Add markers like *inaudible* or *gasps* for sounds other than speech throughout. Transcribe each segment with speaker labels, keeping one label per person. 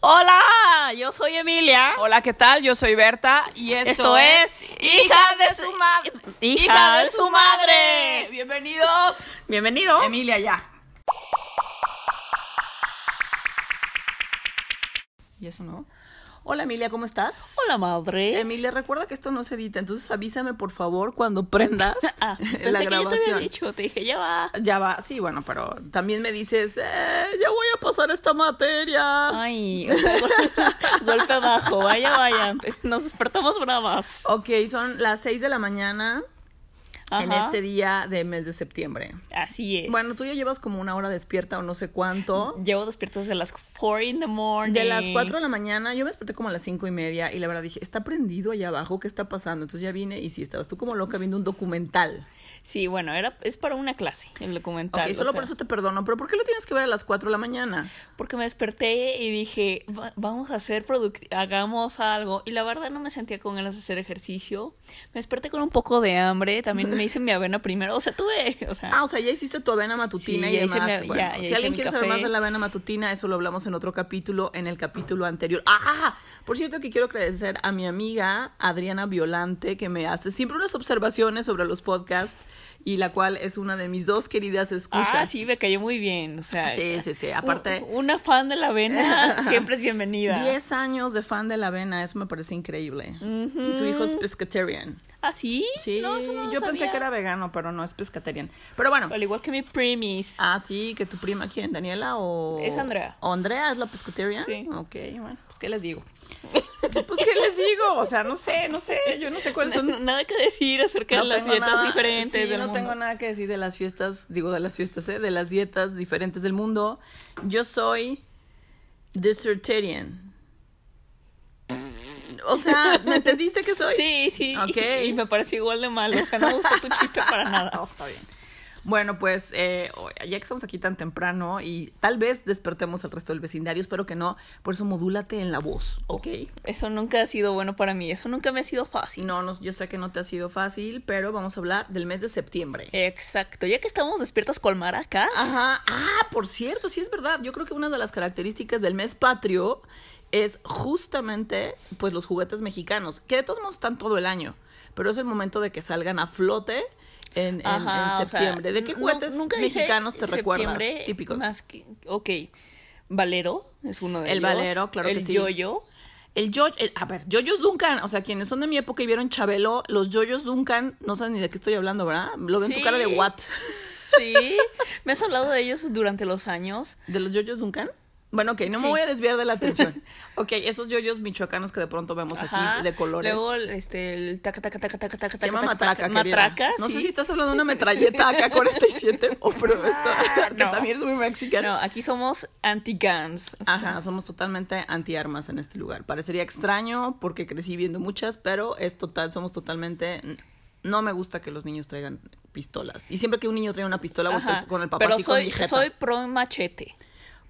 Speaker 1: Hola, yo soy Emilia.
Speaker 2: Hola, ¿qué tal? Yo soy Berta y
Speaker 1: Esto
Speaker 2: esto,
Speaker 1: es
Speaker 2: Hijas de su madre.
Speaker 1: Hija de su madre.
Speaker 2: Bienvenidos.
Speaker 1: Bienvenido.
Speaker 2: Emilia ya. ¿Y eso no? Hola Emilia, ¿cómo estás?
Speaker 1: Hola, madre.
Speaker 2: Emilia, recuerda que esto no se edita, entonces avísame por favor cuando prendas
Speaker 1: *laughs* Ah, pensé
Speaker 2: *laughs* la
Speaker 1: que yo te había
Speaker 2: grabación.
Speaker 1: dicho, te dije, ya va.
Speaker 2: Ya va, sí, bueno, pero también me dices, eh, ya voy a pasar esta materia.
Speaker 1: Ay, o sea, gol- *laughs* golpe abajo, vaya, vaya. Nos despertamos bravas.
Speaker 2: Ok, son las 6 de la mañana en
Speaker 1: Ajá.
Speaker 2: este día de mes de septiembre.
Speaker 1: Así es.
Speaker 2: Bueno, tú ya llevas como una hora despierta o no sé cuánto.
Speaker 1: llevo despierto desde las 4 in the morning.
Speaker 2: De las 4 de la mañana, yo me desperté como a las cinco y media y la verdad dije, está prendido allá abajo, ¿qué está pasando? Entonces ya vine y sí, estabas tú como loca viendo un documental.
Speaker 1: Sí, bueno, era, es para una clase, el documental.
Speaker 2: Ok,
Speaker 1: o
Speaker 2: solo
Speaker 1: sea,
Speaker 2: por eso te perdono, pero ¿por qué lo tienes que ver a las 4 de la mañana?
Speaker 1: Porque me desperté y dije, "Va- vamos a hacer product- hagamos algo. Y la verdad no me sentía con ganas de hacer ejercicio. Me desperté con un poco de hambre. También me hice mi avena primero. O sea, tuve, o sea,
Speaker 2: Ah, o sea, ya hiciste tu avena matutina
Speaker 1: Sí,
Speaker 2: y
Speaker 1: ya hice
Speaker 2: demás. eh,
Speaker 1: mi-
Speaker 2: Bueno,
Speaker 1: ya- ya
Speaker 2: si
Speaker 1: hice
Speaker 2: alguien
Speaker 1: mi
Speaker 2: quiere saber
Speaker 1: café.
Speaker 2: más de la avena matutina, eso lo hablamos en otro capítulo, en el capítulo anterior. ¡Ah! Por cierto que quiero agradecer a mi amiga Adriana Violante, que me hace siempre unas observaciones sobre los podcasts, y la cual es una de mis dos queridas escuchas.
Speaker 1: ah, sí, Uh, me cayó muy bien. O sea,
Speaker 2: Sí, sí, sí,
Speaker 1: un-
Speaker 2: aparte-
Speaker 1: una fan de la
Speaker 2: *laughs*
Speaker 1: avena siempre es bienvenida.
Speaker 2: 10 años de fan de la avena, eso me parece increíble. Y su hijo es pescatarian.
Speaker 1: ¿Ah, sí?
Speaker 2: Sí,
Speaker 1: No, eso no lo
Speaker 2: yo pensé
Speaker 1: sabía.
Speaker 2: que era vegano, pero no es pescatarian. Pero bueno,
Speaker 1: Al igual que mi primis.
Speaker 2: Ah, sí, que tu prima, ¿quién? ¿Daniela o...?
Speaker 1: Es Andrea.
Speaker 2: ¿O Andrea es la pescatería?
Speaker 1: Sí.
Speaker 2: Ok, bueno, pues ¿qué les digo? *laughs* pues ¿qué les digo? O sea, no sé, no sé, yo no sé
Speaker 1: *laughs*
Speaker 2: cuáles
Speaker 1: No-
Speaker 2: son...
Speaker 1: no- nada Pues, *laughs* que decir acerca de las
Speaker 2: tengo
Speaker 1: dietas
Speaker 2: nada-
Speaker 1: diferentes
Speaker 2: sí,
Speaker 1: del
Speaker 2: no
Speaker 1: mundo.
Speaker 2: tengo nada que decir de las fiestas, digo, de las fiestas, ¿eh? De las dietas diferentes del mundo. Yo soy desertarian. O sea, ¿me entendiste que soy?
Speaker 1: Sí, sí.
Speaker 2: Ok.
Speaker 1: *laughs* Y me pareció igual de mal. O sea, no me gustó tu chiste para
Speaker 2: No, *laughs*
Speaker 1: nada.
Speaker 2: está bien. Bueno, pues eh, o- ya que estamos aquí tan temprano y tal vez despertemos al resto del vecindario, espero que no, por eso modúlate en la voz, ¿ok?
Speaker 1: Eso nunca ha sido bueno para mí. Eso nunca me ha sido
Speaker 2: Si
Speaker 1: fácil.
Speaker 2: no, no, yo sé que no te ha sido fácil, pero vamos a hablar del mes de septiembre.
Speaker 1: Exacto. Ya que estamos despiertas con maracas.
Speaker 2: Ajá, ah, por cierto, sí es verdad, yo creo que una de las características del mes patrio es justamente pues los juguetes mexicanos, que de todos modos están todo el año, pero es el momento de que salgan a flote. En, en-
Speaker 1: Ajá,
Speaker 2: en
Speaker 1: o sea,
Speaker 2: septiembre. ¿De qué
Speaker 1: nu-
Speaker 2: juguetes
Speaker 1: nunca dice
Speaker 2: mexicanos te recuerdas?
Speaker 1: septiembre
Speaker 2: Típicos.
Speaker 1: Más que, ok. Valero es uno de
Speaker 2: El
Speaker 1: ellos.
Speaker 2: Valero, claro que sí.
Speaker 1: El yoyo.
Speaker 2: El yoyo, el- a ver, yoyos Duncan, o sea, quienes son de mi época y vieron Chabelo, los yoyos Duncan, no saben ni de qué estoy hablando, ¿verdad? Lo ven tu cara de
Speaker 1: Sí.
Speaker 2: what?
Speaker 1: Sí. Me has hablado de ellos durante los años.
Speaker 2: ¿De los yoyos Duncan? Bueno, ok, no
Speaker 1: Sí.
Speaker 2: me voy a desviar de la atención. *laughs* ok, esos yoyos michoacanos que de pronto vemos
Speaker 1: Ajá.
Speaker 2: aquí de colores.
Speaker 1: Luego este, el taca, taca, taca, taca, taca,
Speaker 2: se
Speaker 1: taca,
Speaker 2: llama
Speaker 1: taca,
Speaker 2: matraca,
Speaker 1: taca,
Speaker 2: querida.
Speaker 1: matraca,
Speaker 2: No sé
Speaker 1: sí.
Speaker 2: si estás hablando de *laughs* una metralleta AK-47 o *laughs* pero esto, que
Speaker 1: No.
Speaker 2: también es muy mexicano.
Speaker 1: No, aquí somos anti-guns.
Speaker 2: Ajá, somos totalmente antiarmas en este lugar. Parecería extraño porque crecí viendo muchas, pero es total, somos totalmente... No me gusta que los niños traigan pistolas. Y siempre que un niño trae una pistola, voy
Speaker 1: Ajá,
Speaker 2: con el papá
Speaker 1: Pero
Speaker 2: así con
Speaker 1: soy,
Speaker 2: mi jeta.
Speaker 1: soy pro machete.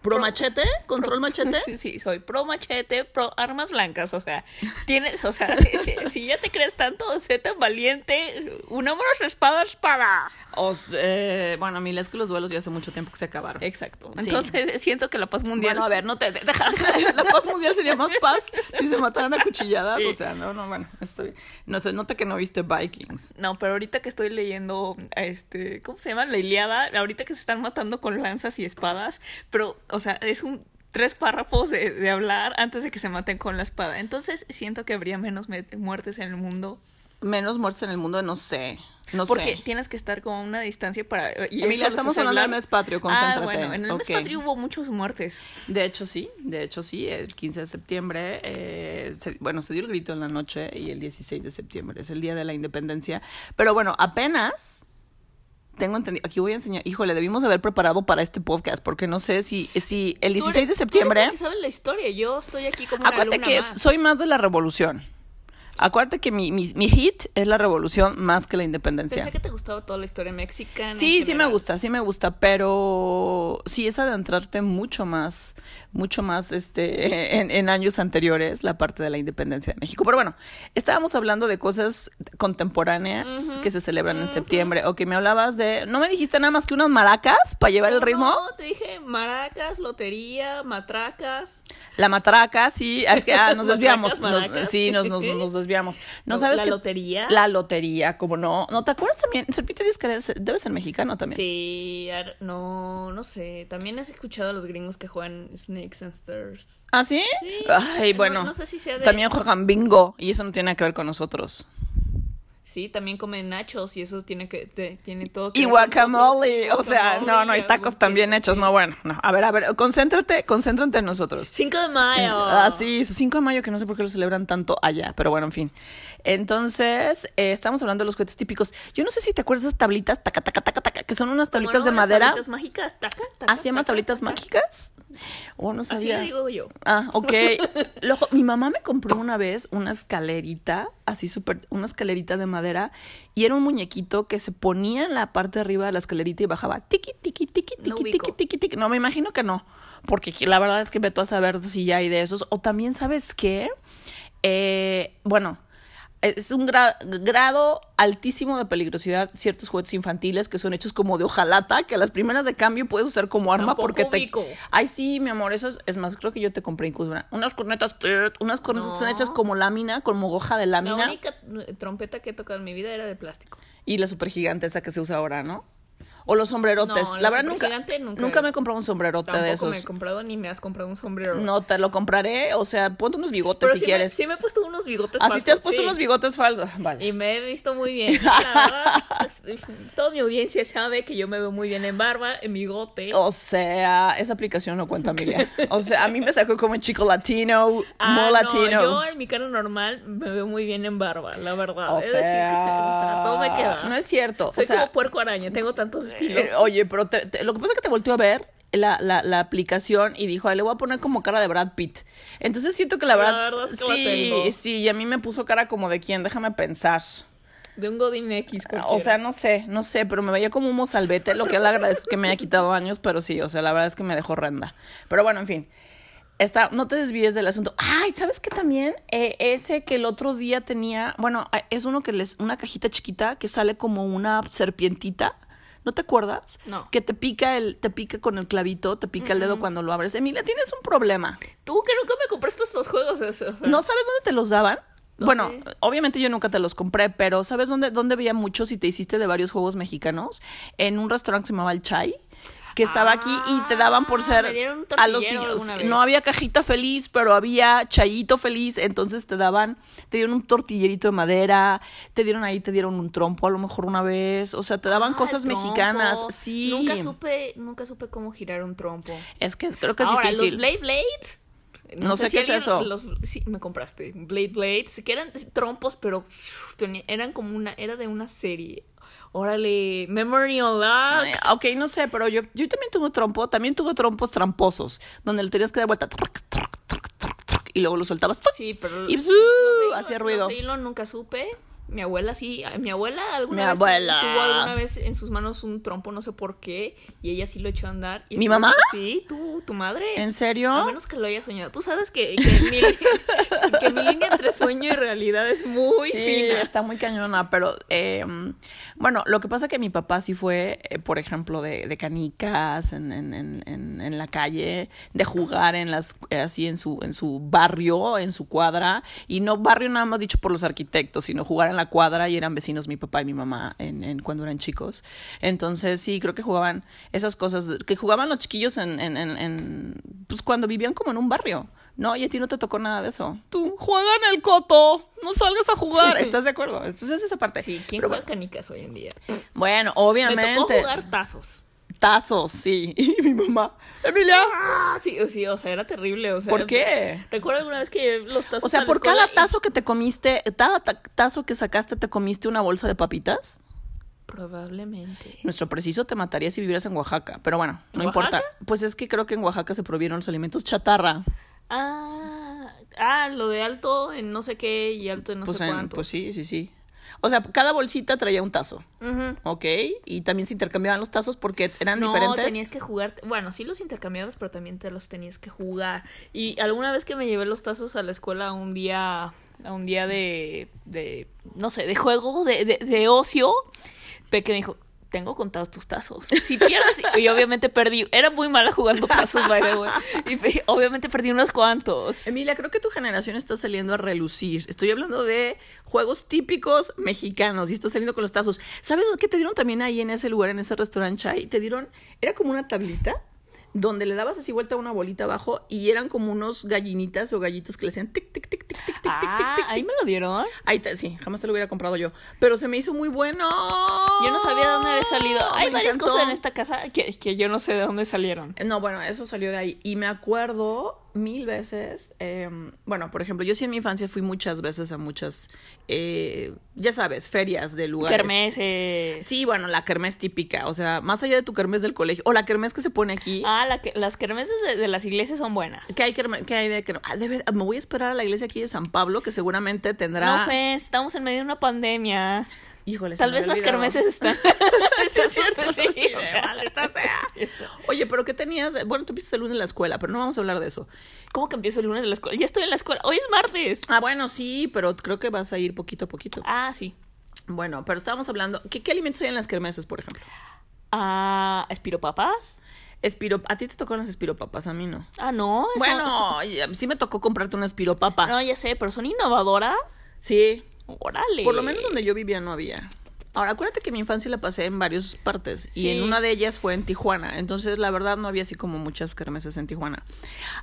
Speaker 2: ¿Pro machete? ¿Control machete? *laughs*
Speaker 1: Sí, sí, soy pro machete, pro armas blancas. O sea, tienes, o sea, si, si- si ya te crees tanto, sé tan valiente, unámonos espada a espada.
Speaker 2: O, eh, bueno, a mí es que los duelos ya hace mucho tiempo que se acabaron.
Speaker 1: Exacto.
Speaker 2: Sí.
Speaker 1: Entonces siento que la paz mundial.
Speaker 2: Bueno, a ver, no te... de- deja- *laughs* la paz mundial sería más paz si se mataran a cuchilladas.
Speaker 1: Sí.
Speaker 2: O sea, no, no, bueno, estoy... No se nota que no viste Vikings.
Speaker 1: No, pero ahorita que estoy leyendo, este, ¿cómo se llama? La Iliada, ahorita que se están matando con lanzas y espadas, pero, o sea, es un tres párrafos de, de hablar antes de que se maten con la espada. Entonces siento que habría menos me- muertes en el mundo.
Speaker 2: Menos muertes en el mundo, no sé. No
Speaker 1: porque
Speaker 2: sé.
Speaker 1: tienes que estar con una distancia para... eh, Y
Speaker 2: Emilia,
Speaker 1: eso los
Speaker 2: estamos
Speaker 1: hace
Speaker 2: hablando del
Speaker 1: hablar.
Speaker 2: mes patrio, concéntrate.
Speaker 1: Ah, bueno, en el
Speaker 2: Ok.
Speaker 1: mes patrio hubo muchas muertes.
Speaker 2: De hecho, sí, de hecho, sí, el 15 de septiembre, eh, se- bueno, se dio el grito en la noche y el 16 de septiembre es el día de la independencia. Pero bueno, apenas tengo entendido, aquí voy a enseñar, híjole, debimos haber preparado para este podcast porque no sé si, si el 16 de septiembre,
Speaker 1: sabes la historia, yo estoy aquí como
Speaker 2: acuérdate que es- soy más de la revolución. Acuérdate que mi, mi, mi hit es la revolución más que la independencia.
Speaker 1: te gustaba toda la historia mexicana.
Speaker 2: Sí, sí me gusta, sí me gusta, pero sí es adentrarte mucho más, mucho más este, *laughs* en, en años anteriores la parte de la independencia de México. Pero bueno, estábamos hablando de cosas contemporáneas que se celebran en septiembre. Ok, me hablabas de, ¿no me dijiste nada más que unas maracas para llevar el ritmo?
Speaker 1: te dije maracas, lotería, matracas.
Speaker 2: La matraca, sí, es
Speaker 1: *laughs*
Speaker 2: que ah, nos desviamos.
Speaker 1: Matracas,
Speaker 2: nos-
Speaker 1: maracas.
Speaker 2: sí, nos, nos,
Speaker 1: *laughs*
Speaker 2: nos desviamos. No
Speaker 1: No,
Speaker 2: sabes
Speaker 1: la
Speaker 2: que-
Speaker 1: lotería.
Speaker 2: La lotería, como no. ¿No te acuerdas también? Serpitas y escaleras, debe ser mexicano también.
Speaker 1: Sí, ar- no, no sé. También has escuchado a los gringos que juegan Snakes and Stairs.
Speaker 2: ¿Ah, sí?
Speaker 1: Sí.
Speaker 2: Ay,
Speaker 1: No-
Speaker 2: bueno.
Speaker 1: no sé si sea de-
Speaker 2: También juegan bingo y eso no tiene nada que ver con nosotros.
Speaker 1: Sí, también comen nachos y eso tiene que te- tiene todo que
Speaker 2: Y
Speaker 1: ver con nosotros.
Speaker 2: guacamole, o sea, no, no, hay
Speaker 1: Guacamole,
Speaker 2: tacos también
Speaker 1: agustín.
Speaker 2: hechos, no, bueno, no. A ver, a ver, concéntrate, concéntrate en nosotros.
Speaker 1: 5 de mayo.
Speaker 2: Ah, sí, su 5 de mayo, que no sé por qué lo celebran tanto allá, pero bueno, en fin. Entonces, eh, estamos hablando de los cohetes típicos. Yo no sé si te acuerdas de esas tablitas, taca, taca, taca, taca, que son unas
Speaker 1: Como
Speaker 2: tablitas
Speaker 1: no,
Speaker 2: de
Speaker 1: las
Speaker 2: madera.
Speaker 1: Tablitas mágicas, taca, taca,
Speaker 2: ¿Ah, se llama
Speaker 1: taca,
Speaker 2: tablitas
Speaker 1: taca.
Speaker 2: mágicas? Oh, no
Speaker 1: Así
Speaker 2: sabía.
Speaker 1: lo digo yo.
Speaker 2: Ah,
Speaker 1: *laughs*
Speaker 2: ok. Luego, mi mamá me compró una vez una escalerita, así súper, una escalerita de madera, y era un muñequito que se ponía en la parte de arriba de la escalerita y bajaba tiqui, tiqui, tiqui,
Speaker 1: No
Speaker 2: tiqui,
Speaker 1: ubico.
Speaker 2: tiqui, tiqui, tiqui. No, me imagino que no, porque qui- la verdad es que vete a saber si ya hay de esos. O también, ¿sabes qué? Eh, bueno, es un gra- grado altísimo de peligrosidad ciertos juguetes infantiles que son hechos como de hojalata, que a las primeras de cambio puedes usar como arma
Speaker 1: Tampoco
Speaker 2: porque te...
Speaker 1: ubico.
Speaker 2: Ay, sí, mi amor, eso es, es más, creo que yo te compré incluso una- unas cornetas, eh, unas cornetas que están
Speaker 1: No.
Speaker 2: hechas como lámina, como hoja de
Speaker 1: La
Speaker 2: lámina,
Speaker 1: única eh, trompeta que he tocado en mi vida era de plástico.
Speaker 2: y la super gigante esa que se usa ahora, ¿no? O los sombrerotes.
Speaker 1: No,
Speaker 2: la
Speaker 1: la
Speaker 2: verdad nunca,
Speaker 1: supergigante nunca.
Speaker 2: me he comprado un sombrerote
Speaker 1: Tampoco
Speaker 2: de esos.
Speaker 1: me he comprado ni me has comprado un sombrero.
Speaker 2: No, te lo compraré, o sea, ponte unos bigotes
Speaker 1: Pero
Speaker 2: si
Speaker 1: sí me-
Speaker 2: quieres.
Speaker 1: sí me he puesto unos bigotes
Speaker 2: Así te has
Speaker 1: falsos,
Speaker 2: puesto
Speaker 1: sí.
Speaker 2: unos
Speaker 1: *laughs*
Speaker 2: bigotes falsos. Vale.
Speaker 1: Y me he visto muy bien. La
Speaker 2: *laughs*
Speaker 1: verdad, pues, toda mi audiencia sabe que yo me veo muy bien en barba, en bigote.
Speaker 2: O sea, esa aplicación no cuenta, Emilia. O sea, a mí me sacó como chico latino,
Speaker 1: Ah,
Speaker 2: mo
Speaker 1: no,
Speaker 2: latino.
Speaker 1: yo en mi cara normal me veo muy bien en barba, la verdad.
Speaker 2: o,
Speaker 1: Es
Speaker 2: sea,
Speaker 1: decir, que se- o sea, todo me queda.
Speaker 2: No es cierto.
Speaker 1: Soy
Speaker 2: o sea,
Speaker 1: como puerco araña, tengo tantos estilos.
Speaker 2: eh, oye, pero te- te- lo que pasa es que te volteó a ver la, la, la aplicación y dijo, "Ay, le voy a poner como cara de Brad Pitt. Entonces siento que la
Speaker 1: La
Speaker 2: verdad.
Speaker 1: verdad es que la
Speaker 2: sí,
Speaker 1: tengo.
Speaker 2: sí, y a mí me puso cara como de quién, déjame pensar.
Speaker 1: De un Godín X.
Speaker 2: O sea, no sé, no sé, pero me veía como un mozalbete, lo que le agradezco que me haya quitado años, pero sí, o sea, la verdad es que me dejó renda. Pero bueno, en fin. Está, no te desvíes del asunto. Ay, ¿sabes qué también? Eh, ese que el otro día tenía, bueno, a- es uno que les, una cajita chiquita que sale como una serpientita. ¿No te acuerdas?
Speaker 1: No.
Speaker 2: Que te pica el, te pica con el clavito, te pica el dedo cuando lo abres. Emilia, tienes un problema.
Speaker 1: tú que nunca me compraste estos juegos. esos, o sea,
Speaker 2: ¿No sabes dónde te los daban? Bueno,
Speaker 1: ¿Dónde?
Speaker 2: obviamente yo nunca te los compré, pero ¿sabes dónde, dónde veía muchos y te hiciste de varios juegos mexicanos? En un restaurante que se llamaba El Chai, que estaba
Speaker 1: Ah,
Speaker 2: aquí y te daban por ser
Speaker 1: me dieron un
Speaker 2: a los
Speaker 1: tortillero
Speaker 2: niños.
Speaker 1: alguna vez.
Speaker 2: No había cajita feliz, pero había chayito feliz, entonces te daban, te dieron un tortillerito de madera, te dieron ahí, te dieron un trompo a lo mejor una vez, o sea, te daban
Speaker 1: ah,
Speaker 2: cosas
Speaker 1: el trompo.
Speaker 2: mexicanas, sí.
Speaker 1: Nunca supe, nunca supe cómo girar un trompo.
Speaker 2: Es que es- creo que es
Speaker 1: Ahora,
Speaker 2: difícil.
Speaker 1: los Blade Blades.
Speaker 2: No sé qué es eso.
Speaker 1: alguien Los, sí, me compraste. Blade Blades. Que eran trompos, pero tenía- eran como una. Era de una serie. Órale. Memory Unlocked.
Speaker 2: Ay, Ok, no sé, pero yo, yo también tuve trompo, también tuve trompos tramposos, donde le tenías que dar vuelta truc, truc, truc, truc, truc, y luego lo soltabas truc,
Speaker 1: Sí, pero.
Speaker 2: y
Speaker 1: los
Speaker 2: pues, ¡zú!
Speaker 1: de hilo-
Speaker 2: hacía
Speaker 1: los
Speaker 2: ruido.
Speaker 1: de hilo nunca supe. Mi abuela sí. Mi abuela alguna
Speaker 2: Mi
Speaker 1: vez tu-
Speaker 2: abuela.
Speaker 1: tuvo alguna vez en sus manos un trompo, no sé por qué. Y ella sí lo echó a andar. Y
Speaker 2: ¿Mi
Speaker 1: entonces-
Speaker 2: mamá?
Speaker 1: Sí, tú, tu madre.
Speaker 2: ¿En
Speaker 1: A
Speaker 2: serio?
Speaker 1: menos que lo haya soñado. Tú sabes que, que mi, que mi línea *laughs* entre sueño y realidad es muy
Speaker 2: sí,
Speaker 1: fina.
Speaker 2: está muy cañona, pero eh, bueno, lo que pasa que mi papá sí fue, eh, por ejemplo, de, de canicas en, en, en, en, en la calle, de jugar en las eh, así en su en su barrio, en su cuadra, y no barrio nada más dicho por los arquitectos, sino jugar en la cuadra y eran vecinos mi papá y mi mamá en, en cuando eran chicos. Entonces, sí, creo que jugaban esas cosas, que jugaban los chiquillos en, en, en, en pues cuando vivían como en un barrio. No, y a ti no te tocó nada de eso. Tú juega en el coto, no salgas a
Speaker 1: *laughs*
Speaker 2: jugar. ¿Estás de acuerdo? Entonces esa parte.
Speaker 1: Sí, ¿quién
Speaker 2: Pero
Speaker 1: juega canicas hoy en día?
Speaker 2: Bueno,
Speaker 1: Me
Speaker 2: obviamente.
Speaker 1: tocó jugar tazos.
Speaker 2: Tazos, sí. *laughs* Y mi mamá, Emilia.
Speaker 1: Ah, sí, o- sí, o sea, era terrible. O sea,
Speaker 2: ¿Por qué?
Speaker 1: Recuerdo alguna vez que los tazos.
Speaker 2: O
Speaker 1: a
Speaker 2: sea,
Speaker 1: la
Speaker 2: por
Speaker 1: escuela
Speaker 2: cada
Speaker 1: y-
Speaker 2: tazo que te comiste, cada ta- tazo que sacaste, te comiste una bolsa de papitas.
Speaker 1: Probablemente.
Speaker 2: Nuestro preciso te mataría si vivieras en Oaxaca. Pero bueno,
Speaker 1: ¿En
Speaker 2: no importa.
Speaker 1: Oaxaca?
Speaker 2: Pues es que creo que en Oaxaca se prohibieron los alimentos chatarra.
Speaker 1: Ah, ah, lo de alto en no sé qué y alto en no
Speaker 2: pues,
Speaker 1: sé
Speaker 2: en-
Speaker 1: cuánto.
Speaker 2: pues sí, sí, sí. O sea, cada bolsita traía un tazo.
Speaker 1: Ujú.
Speaker 2: ¿Ok? Y también se intercambiaban los tazos porque eran
Speaker 1: no,
Speaker 2: diferentes.
Speaker 1: tenías que jugar. Bueno, sí los intercambiabas, pero también te los tenías que jugar. Y alguna vez que me llevé los tazos a la escuela un día, a un día de, de no sé, de juego, de, de, de ocio, Peque me dijo, tengo contados tus tazos. Si pierdes, y obviamente perdí, era muy mala jugando tazos, by the way. Y pe- obviamente perdí unos cuantos.
Speaker 2: Emilia, creo que tu generación está saliendo a relucir. Estoy hablando de juegos típicos mexicanos y está saliendo con los tazos. ¿Sabes qué te dieron también ahí en ese lugar, en ese restaurante Chai? Te dieron, era como una tablita donde le dabas así vuelta a una bolita abajo y eran como unos gallinitas o gallitos que le hacían tic, tic, tic, tic, tic, tic, tic, tic, tic.
Speaker 1: ahí me lo dieron.
Speaker 2: Ahí está, sí, jamás te lo hubiera comprado yo. Pero se me hizo muy bueno.
Speaker 1: Yo no sabía de dónde había salido. Hay
Speaker 2: Me
Speaker 1: varias
Speaker 2: encantó.
Speaker 1: cosas en esta casa que, que yo no sé de dónde salieron.
Speaker 2: No, bueno, eso salió de ahí. Y me acuerdo mil veces, eh, bueno, por ejemplo, yo sí en mi infancia fui muchas veces a muchas, eh, ya sabes, ferias de lugares.
Speaker 1: Kermeses.
Speaker 2: Sí, bueno, la kermés típica, o sea, más allá de tu kermés del colegio, o la kermés que se pone aquí,
Speaker 1: Ah, la que- las kermeses de, de las iglesias son buenas.
Speaker 2: que hay, kerme- que hay de que no, ah, de ver- me voy a esperar a la iglesia aquí de San Pablo, que seguramente
Speaker 1: No,
Speaker 2: tendrá...
Speaker 1: Fe, estamos en medio de una pandemia.
Speaker 2: Híjole, se
Speaker 1: Tal
Speaker 2: me
Speaker 1: vez
Speaker 2: había
Speaker 1: las
Speaker 2: olvidado.
Speaker 1: kermeses están.
Speaker 2: *laughs*
Speaker 1: *laughs*
Speaker 2: Sí,
Speaker 1: Está
Speaker 2: es cierto,
Speaker 1: cierto, *laughs* sí.
Speaker 2: olvidé,
Speaker 1: o sea.
Speaker 2: maldita *laughs* sea. Oye, pero ¿qué tenías? Bueno, tú empiezas el lunes en la escuela, pero no vamos a hablar de eso.
Speaker 1: ¿Cómo que empiezo el lunes de la escuela? Ya estoy en la escuela. Hoy es martes.
Speaker 2: Ah, bueno, sí, pero creo que vas a ir poquito a poquito.
Speaker 1: Ah, sí.
Speaker 2: Bueno, pero estábamos hablando. ¿Qué, qué alimentos hay en las kermeses, por ejemplo?
Speaker 1: Ah, ¿espiropapas?
Speaker 2: Espiro, a ti te tocaron las espiropapas, a mí no.
Speaker 1: Ah, no. esa- esa-
Speaker 2: Bueno, ya- sí me tocó comprarte una espiropapa.
Speaker 1: no, ya sé, pero son innovadoras.
Speaker 2: Sí.
Speaker 1: Órale.
Speaker 2: Por lo menos donde yo vivía no había. Ahora, acuérdate que mi infancia la pasé en varias partes y
Speaker 1: Sí.
Speaker 2: en una de ellas fue en Tijuana. Entonces, la verdad, no había así como muchas kermeses en Tijuana.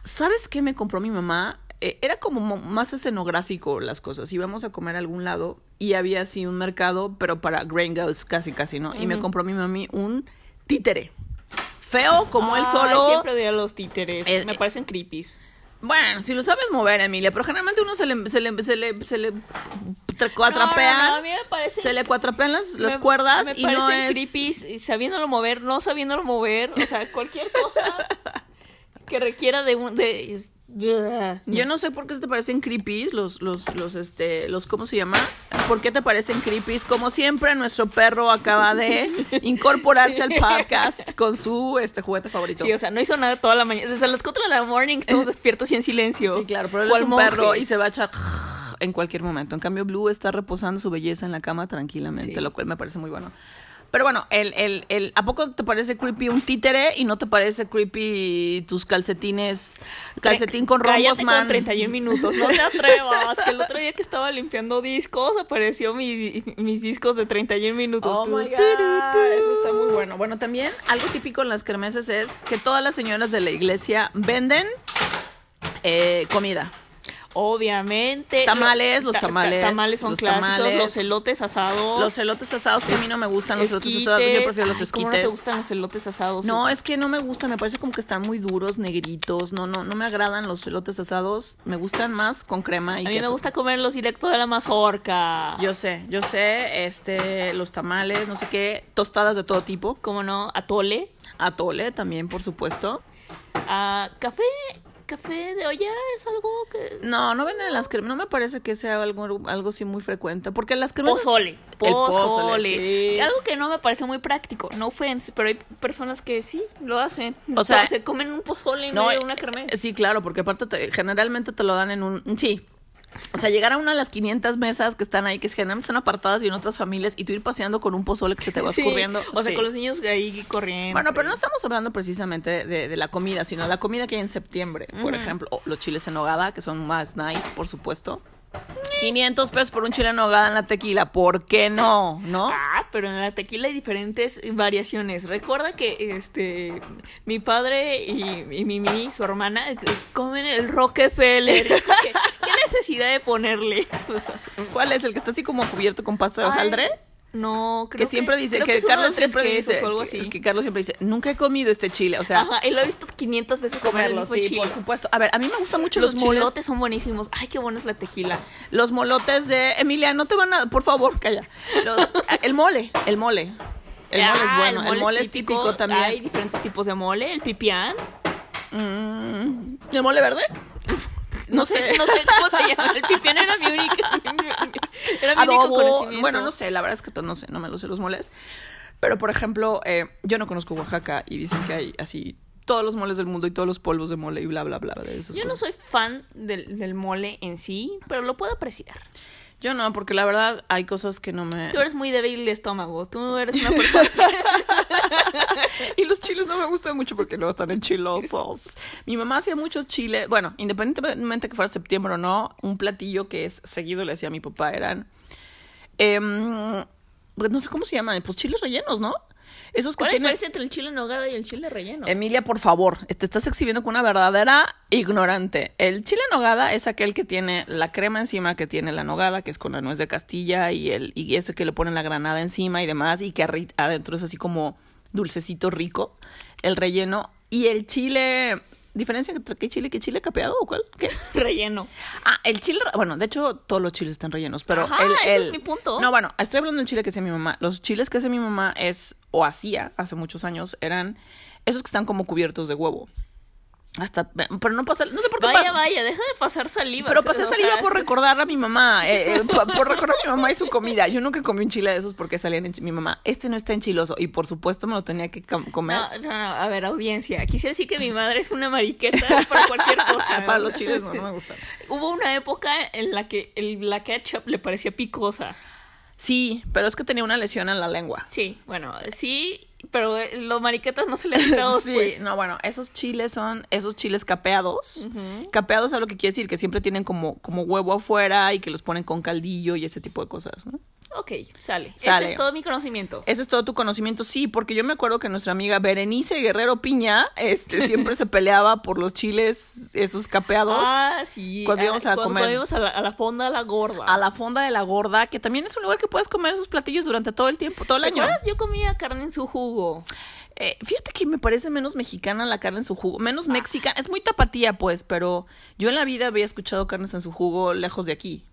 Speaker 2: ¿Sabes qué me compró mi mamá? Eh, era como mo- más escenográfico las cosas. Íbamos a comer a algún lado y había así un mercado, pero para gringos casi, casi, ¿no? Y me compró mi mami un títere. Feo como
Speaker 1: Ay,
Speaker 2: él solo.
Speaker 1: siempre odio a los títeres.
Speaker 2: Eh,
Speaker 1: Me parecen creepies.
Speaker 2: Bueno, si lo sabes mover, Emilia, pero generalmente uno se le, se le, se le, se le tra-
Speaker 1: No, no, no,
Speaker 2: cuatrapean.
Speaker 1: a mí me parece-
Speaker 2: Se le cuatrapean las, las
Speaker 1: Me-
Speaker 2: cuerdas
Speaker 1: me
Speaker 2: y no
Speaker 1: parecen
Speaker 2: es.
Speaker 1: creepies, y sabiéndolo mover, no sabiéndolo mover, o sea, cualquier cosa
Speaker 2: *laughs*
Speaker 1: que requiera de un de
Speaker 2: Yo no sé por qué se te parecen creepies los, los, los, este, los, ¿cómo se llama? ¿Por qué te parecen creepies? Como siempre, nuestro perro
Speaker 1: *laughs*
Speaker 2: acaba de incorporarse al podcast con su, este, juguete favorito.
Speaker 1: Sí, o sea, no hizo nada toda la mañana. Desde las 4 de la morning
Speaker 2: *laughs*
Speaker 1: estamos despiertos y en silencio.
Speaker 2: Sí, claro, pero él
Speaker 1: ¿Cuál
Speaker 2: es un perro
Speaker 1: monjes?
Speaker 2: y se va a echar en cualquier momento. En cambio, Blue está reposando su belleza en la cama tranquilamente,
Speaker 1: Sí.
Speaker 2: lo cual me parece muy bueno. Pero bueno, el, el, el, ¿a poco te parece creepy un títere y no te parece creepy tus calcetines, calcetín Eh, con rombos,
Speaker 1: Cállate
Speaker 2: man?
Speaker 1: con 31 minutos, no te atrevas. Que el otro día que estaba limpiando discos apareció mi- mis discos de 31 minutos.
Speaker 2: Oh my
Speaker 1: Tu, tu,
Speaker 2: God,
Speaker 1: tu, tu.
Speaker 2: eso está muy bueno. Bueno, también algo típico en las kermeses es que todas las señoras de la iglesia venden eh, comida.
Speaker 1: Obviamente.
Speaker 2: Tamales, los
Speaker 1: Ta- ta-
Speaker 2: tamales,
Speaker 1: tamales son
Speaker 2: los
Speaker 1: clásicos.
Speaker 2: tamales.
Speaker 1: Los elotes asados.
Speaker 2: Los elotes asados que a mí no me gustan, los elotes
Speaker 1: esquites.
Speaker 2: asados, yo Oh. prefiero los
Speaker 1: Ay,
Speaker 2: esquites.
Speaker 1: ¿cómo no te gustan los elotes asados?
Speaker 2: No, es que no me gusta, me parece como que están muy duros, negritos. No, no, no me agradan los elotes asados. Me gustan más con crema y
Speaker 1: A mí me
Speaker 2: queso.
Speaker 1: gusta comerlos directo de la mazorca.
Speaker 2: Yo sé, yo sé, este, los tamales, no sé qué, tostadas de todo tipo,
Speaker 1: ¿Cómo no? Atole.
Speaker 2: atole también, por supuesto.
Speaker 1: Ah, café. Café de olla es algo que.
Speaker 2: No, no venden en las cremas, no me parece que sea algo, algo así muy frecuente, porque las cremas...
Speaker 1: Pozole.
Speaker 2: El
Speaker 1: Pozole.
Speaker 2: sí.
Speaker 1: Algo que no me parece muy práctico. No offense, pero hay personas que sí lo hacen.
Speaker 2: O sea,
Speaker 1: se comen un pozole en
Speaker 2: No,
Speaker 1: medio de una
Speaker 2: eh,
Speaker 1: kermés.
Speaker 2: eh, Sí, claro, porque aparte te- generalmente te lo dan en un... Sí. O sea, llegar a una de las 500 mesas que están ahí, que generalmente están apartadas y en otras familias, y tú ir paseando con un pozole que se te va
Speaker 1: Sí,
Speaker 2: escurriendo.
Speaker 1: O sea,
Speaker 2: sí.
Speaker 1: con los niños ahí corriendo.
Speaker 2: Bueno, pero no estamos hablando precisamente de, de la comida, sino la comida que hay en septiembre, por ejemplo. O los chiles en nogada, que son más nice, por supuesto. 500 pesos por un chile en nogada en la tequila, ¿por qué no? ¿No?
Speaker 1: Ah, pero en la tequila hay diferentes variaciones. Recuerda que este mi padre y, y Mimi, su hermana, eh, comen el Rockefeller. ¿Qué, qué necesidad de ponerle? O sea,
Speaker 2: ¿Cuál es? ¿El que está así como cubierto con pasta de
Speaker 1: ay,
Speaker 2: hojaldre?
Speaker 1: No, creo
Speaker 2: que siempre dice
Speaker 1: creo
Speaker 2: que,
Speaker 1: es uno de
Speaker 2: Carlos
Speaker 1: tres
Speaker 2: siempre
Speaker 1: quesos
Speaker 2: dice
Speaker 1: o algo
Speaker 2: que-
Speaker 1: así.
Speaker 2: es que Carlos siempre dice nunca he comido este chile o sea
Speaker 1: Ajá, y lo he visto 500 veces comer el
Speaker 2: comerlo
Speaker 1: mismo
Speaker 2: sí
Speaker 1: chile.
Speaker 2: por supuesto a ver a mí me gustan mucho los,
Speaker 1: Los
Speaker 2: chiles
Speaker 1: molotes son buenísimos. Ay, qué bueno es la tequila.
Speaker 2: los molotes de Emilia no te van a por favor calla
Speaker 1: *laughs*
Speaker 2: Los- el mole el mole el mole es
Speaker 1: Ah,
Speaker 2: bueno el mole, es típico, también
Speaker 1: Hay diferentes tipos de mole. El pipián.
Speaker 2: Mm, el
Speaker 1: *laughs*
Speaker 2: mole verde
Speaker 1: No, sé, *laughs* no sé cómo se llama. El pipián *laughs* era mi único, era mi único
Speaker 2: adobo
Speaker 1: conocimiento.
Speaker 2: bueno no sé la verdad es que to- no sé no me lo sé los moles pero por ejemplo eh, yo no conozco Oaxaca y dicen que hay así todos los moles del mundo y todos los polvos de mole y bla bla bla de esas
Speaker 1: Yo no
Speaker 2: cosas.
Speaker 1: soy fan del, del mole en sí, pero lo puedo apreciar.
Speaker 2: Yo no, porque la verdad hay cosas que no me...
Speaker 1: Tú eres muy débil de estómago, tú eres una
Speaker 2: *laughs*
Speaker 1: persona... *laughs*
Speaker 2: y los chiles no me gustan mucho porque luego están enchilosos. Mi mamá hacía muchos chiles. Bueno, independientemente que fuera septiembre o no, un platillo que es seguido le hacía a mi papá eran. em, pues no sé cómo se llaman, pues chiles rellenos, ¿no? Esos que
Speaker 1: ¿Cuál es la
Speaker 2: tienen.
Speaker 1: diferencia entre el chile en nogada y el chile relleno?
Speaker 2: Emilia, por favor, te estás exhibiendo con una verdadera ignorante. El chile en nogada es aquel que tiene la crema encima, que tiene la nogada, que es con la nuez de Castilla y el y ese que le ponen la granada encima y demás y que arri- adentro es así como dulcecito rico, el relleno y el chile diferencia entre qué chile, qué chile capeado o cuál, *laughs* qué?
Speaker 1: Relleno.
Speaker 2: Ah, el chile, re- bueno, de hecho todos los chiles están rellenos, pero
Speaker 1: Ajá,
Speaker 2: el,
Speaker 1: ese
Speaker 2: el-
Speaker 1: es mi punto.
Speaker 2: No, bueno, estoy hablando del chile que hace mi mamá. Los chiles que hace mi mamá es o hacía hace muchos años eran esos que están como cubiertos de huevo. Hasta pero no pasa, no sé por qué
Speaker 1: Vaya,
Speaker 2: pasa.
Speaker 1: vaya, deja de pasar saliva.
Speaker 2: Pero
Speaker 1: ¿sí?
Speaker 2: pasé
Speaker 1: O sea,
Speaker 2: saliva por recordar a mi mamá, eh, *laughs* eh, pa- por recordar a mi mamá y su comida. Yo nunca comí un chile de esos porque salían en mi mamá. Este no está enchiloso y por supuesto me lo tenía que com- comer.
Speaker 1: No, no, no, a ver, audiencia. Quisiera decir que mi madre es una mariqueta *laughs* para cualquier
Speaker 2: *laughs*
Speaker 1: cosa.
Speaker 2: Para los chiles no, no me gustan.
Speaker 1: Hubo una época en la que el, la ketchup le parecía picosa.
Speaker 2: Sí, pero es que tenía una lesión en la lengua.
Speaker 1: Sí, bueno, sí, pero eh, los mariquetas no se le han *laughs* quitado
Speaker 2: *laughs*
Speaker 1: pues.
Speaker 2: Sí,
Speaker 1: después.
Speaker 2: no, bueno, esos chiles son esos chiles capeados. Capeados es lo que quiere decir, que siempre tienen como, como huevo afuera y que los ponen con caldillo y ese tipo de cosas, ¿no?
Speaker 1: Ok, sale.
Speaker 2: Sale.
Speaker 1: Ese es todo mi conocimiento.
Speaker 2: Ese es todo tu conocimiento, sí, porque yo me acuerdo que nuestra amiga Berenice Guerrero Piña este, siempre se peleaba por los chiles, esos capeados.
Speaker 1: Ah, sí.
Speaker 2: Cuando
Speaker 1: ah,
Speaker 2: íbamos a
Speaker 1: cuando,
Speaker 2: comer.
Speaker 1: cuando íbamos a la, a la fonda de la gorda.
Speaker 2: A la fonda de la gorda, que también es un lugar que puedes comer esos platillos durante todo el tiempo, todo el
Speaker 1: ¿Te
Speaker 2: año.
Speaker 1: acuerdas? Yo comía carne en su jugo.
Speaker 2: Eh, fíjate que me parece menos mexicana la carne en su jugo, menos
Speaker 1: Ah.
Speaker 2: mexicana, es muy tapatía pues, pero yo en la vida había escuchado carnes en su jugo lejos de aquí,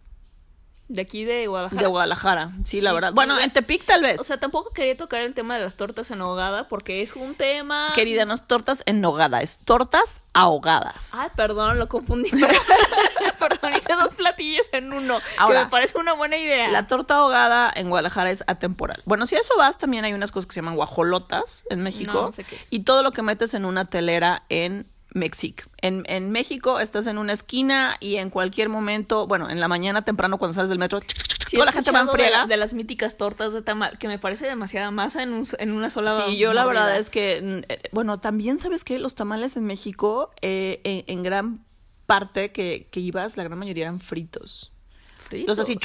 Speaker 1: De aquí de Guadalajara.
Speaker 2: de Guadalajara, sí, la
Speaker 1: Y-
Speaker 2: verdad. Bueno,
Speaker 1: y-
Speaker 2: en Tepic tal vez.
Speaker 1: O sea, tampoco quería tocar el tema de las tortas en hogada porque es un tema.
Speaker 2: Querida, no es tortas en nogada, es tortas ahogadas.
Speaker 1: Ay, perdón, lo confundí. *laughs* perdón, hice dos platillos en uno.
Speaker 2: Ahora,
Speaker 1: que me parece una buena idea.
Speaker 2: La torta ahogada en Guadalajara es atemporal. Bueno, si a eso vas, también hay unas cosas que se llaman guajolotas en México.
Speaker 1: No, no sé qué es.
Speaker 2: Y todo lo que metes en una telera en México. En, en México estás en una esquina y en cualquier momento, bueno, en la mañana temprano cuando sales del metro,
Speaker 1: Sí, he
Speaker 2: toda la gente va en
Speaker 1: escuchado de la-
Speaker 2: friega.
Speaker 1: De, las míticas tortas de tamal, que me parece demasiada masa en, un- en una sola.
Speaker 2: Sí, yo la
Speaker 1: mordida.
Speaker 2: verdad es que, mm, eh, bueno, también sabes que los tamales en México, eh, en, en gran parte que, que ibas, la gran mayoría eran fritos.
Speaker 1: Frito.
Speaker 2: Los así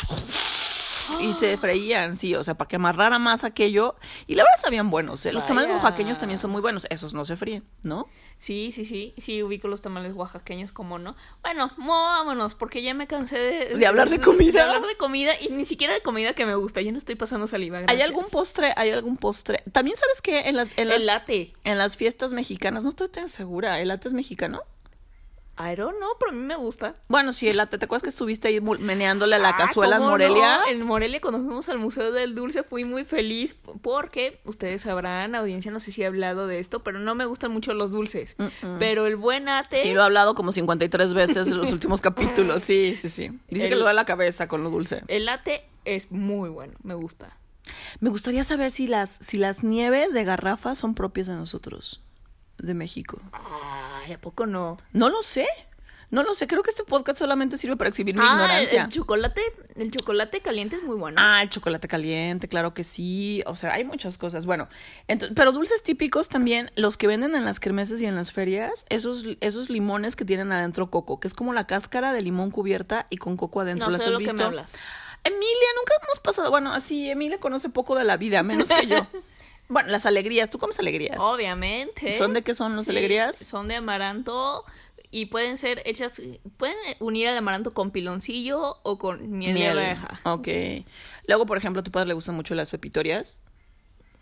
Speaker 2: y se freían, sí, o sea, para que amarrara más aquello. Y la verdad sabían buenos, ¿eh? Los tamales
Speaker 1: Vaya.
Speaker 2: oaxaqueños también son muy buenos. Esos no se fríen, ¿no?
Speaker 1: Sí, sí, sí. Sí, ubico los tamales oaxaqueños, como no. Bueno, vámonos, porque ya me cansé de.
Speaker 2: ¿De hablar de comida?
Speaker 1: De hablar de comida y ni siquiera de comida que me gusta. Yo no estoy pasando saliva.
Speaker 2: ¿Hay
Speaker 1: gracias.
Speaker 2: algún postre? ¿Hay algún postre? También sabes que en las, en las,
Speaker 1: El latte.
Speaker 2: en las fiestas mexicanas, no estoy tan segura, ¿el latte es mexicano?
Speaker 1: I don't know, pero a mí me gusta.
Speaker 2: Bueno, sí, el latte. ¿Te acuerdas que estuviste ahí mul- meneándole a la
Speaker 1: Ah,
Speaker 2: cazuela en
Speaker 1: ¿cómo
Speaker 2: Morelia?
Speaker 1: no? En Morelia, cuando fuimos al Museo del Dulce, fui muy feliz porque ustedes sabrán, audiencia, no sé si he hablado de esto, pero no me gustan mucho los dulces. Pero el buen ate.
Speaker 2: Sí, lo he hablado como 53 veces en los últimos capítulos. Sí, sí, sí.
Speaker 1: *laughs*
Speaker 2: Dice que
Speaker 1: El-
Speaker 2: lo da la cabeza con lo dulce.
Speaker 1: El ate es muy bueno, me gusta.
Speaker 2: Me gustaría saber si las, si las nieves de garrafa son propias de nosotros, de México.
Speaker 1: Ay, ¿a poco no?
Speaker 2: No lo sé. No lo sé. Creo que este podcast solamente sirve para exhibir mi
Speaker 1: Ah,
Speaker 2: ignorancia.
Speaker 1: El, el chocolate, el chocolate caliente es muy bueno.
Speaker 2: ah, el chocolate caliente, claro que sí. O sea, hay muchas cosas. Bueno, ento- pero dulces típicos también, los que venden en las kermeses y en las ferias, esos, esos limones que tienen adentro coco, que es como la cáscara de limón cubierta y con coco adentro.
Speaker 1: No
Speaker 2: ¿Las
Speaker 1: sé
Speaker 2: has
Speaker 1: de lo que me
Speaker 2: visto?
Speaker 1: hablas.
Speaker 2: Emilia, nunca hemos pasado. Bueno, así, Emilia conoce poco de la vida, menos que
Speaker 1: *laughs*
Speaker 2: yo. bueno, las alegrías. ¿Tú comes alegrías?
Speaker 1: Obviamente.
Speaker 2: ¿Son de qué son las alegrías?
Speaker 1: Son de amaranto y pueden ser hechas, pueden unir al amaranto con piloncillo o con pues, miel,
Speaker 2: Miel.
Speaker 1: de abeja.
Speaker 2: Ok. Luego, por ejemplo, a tu padre le gustan mucho las pepitorias,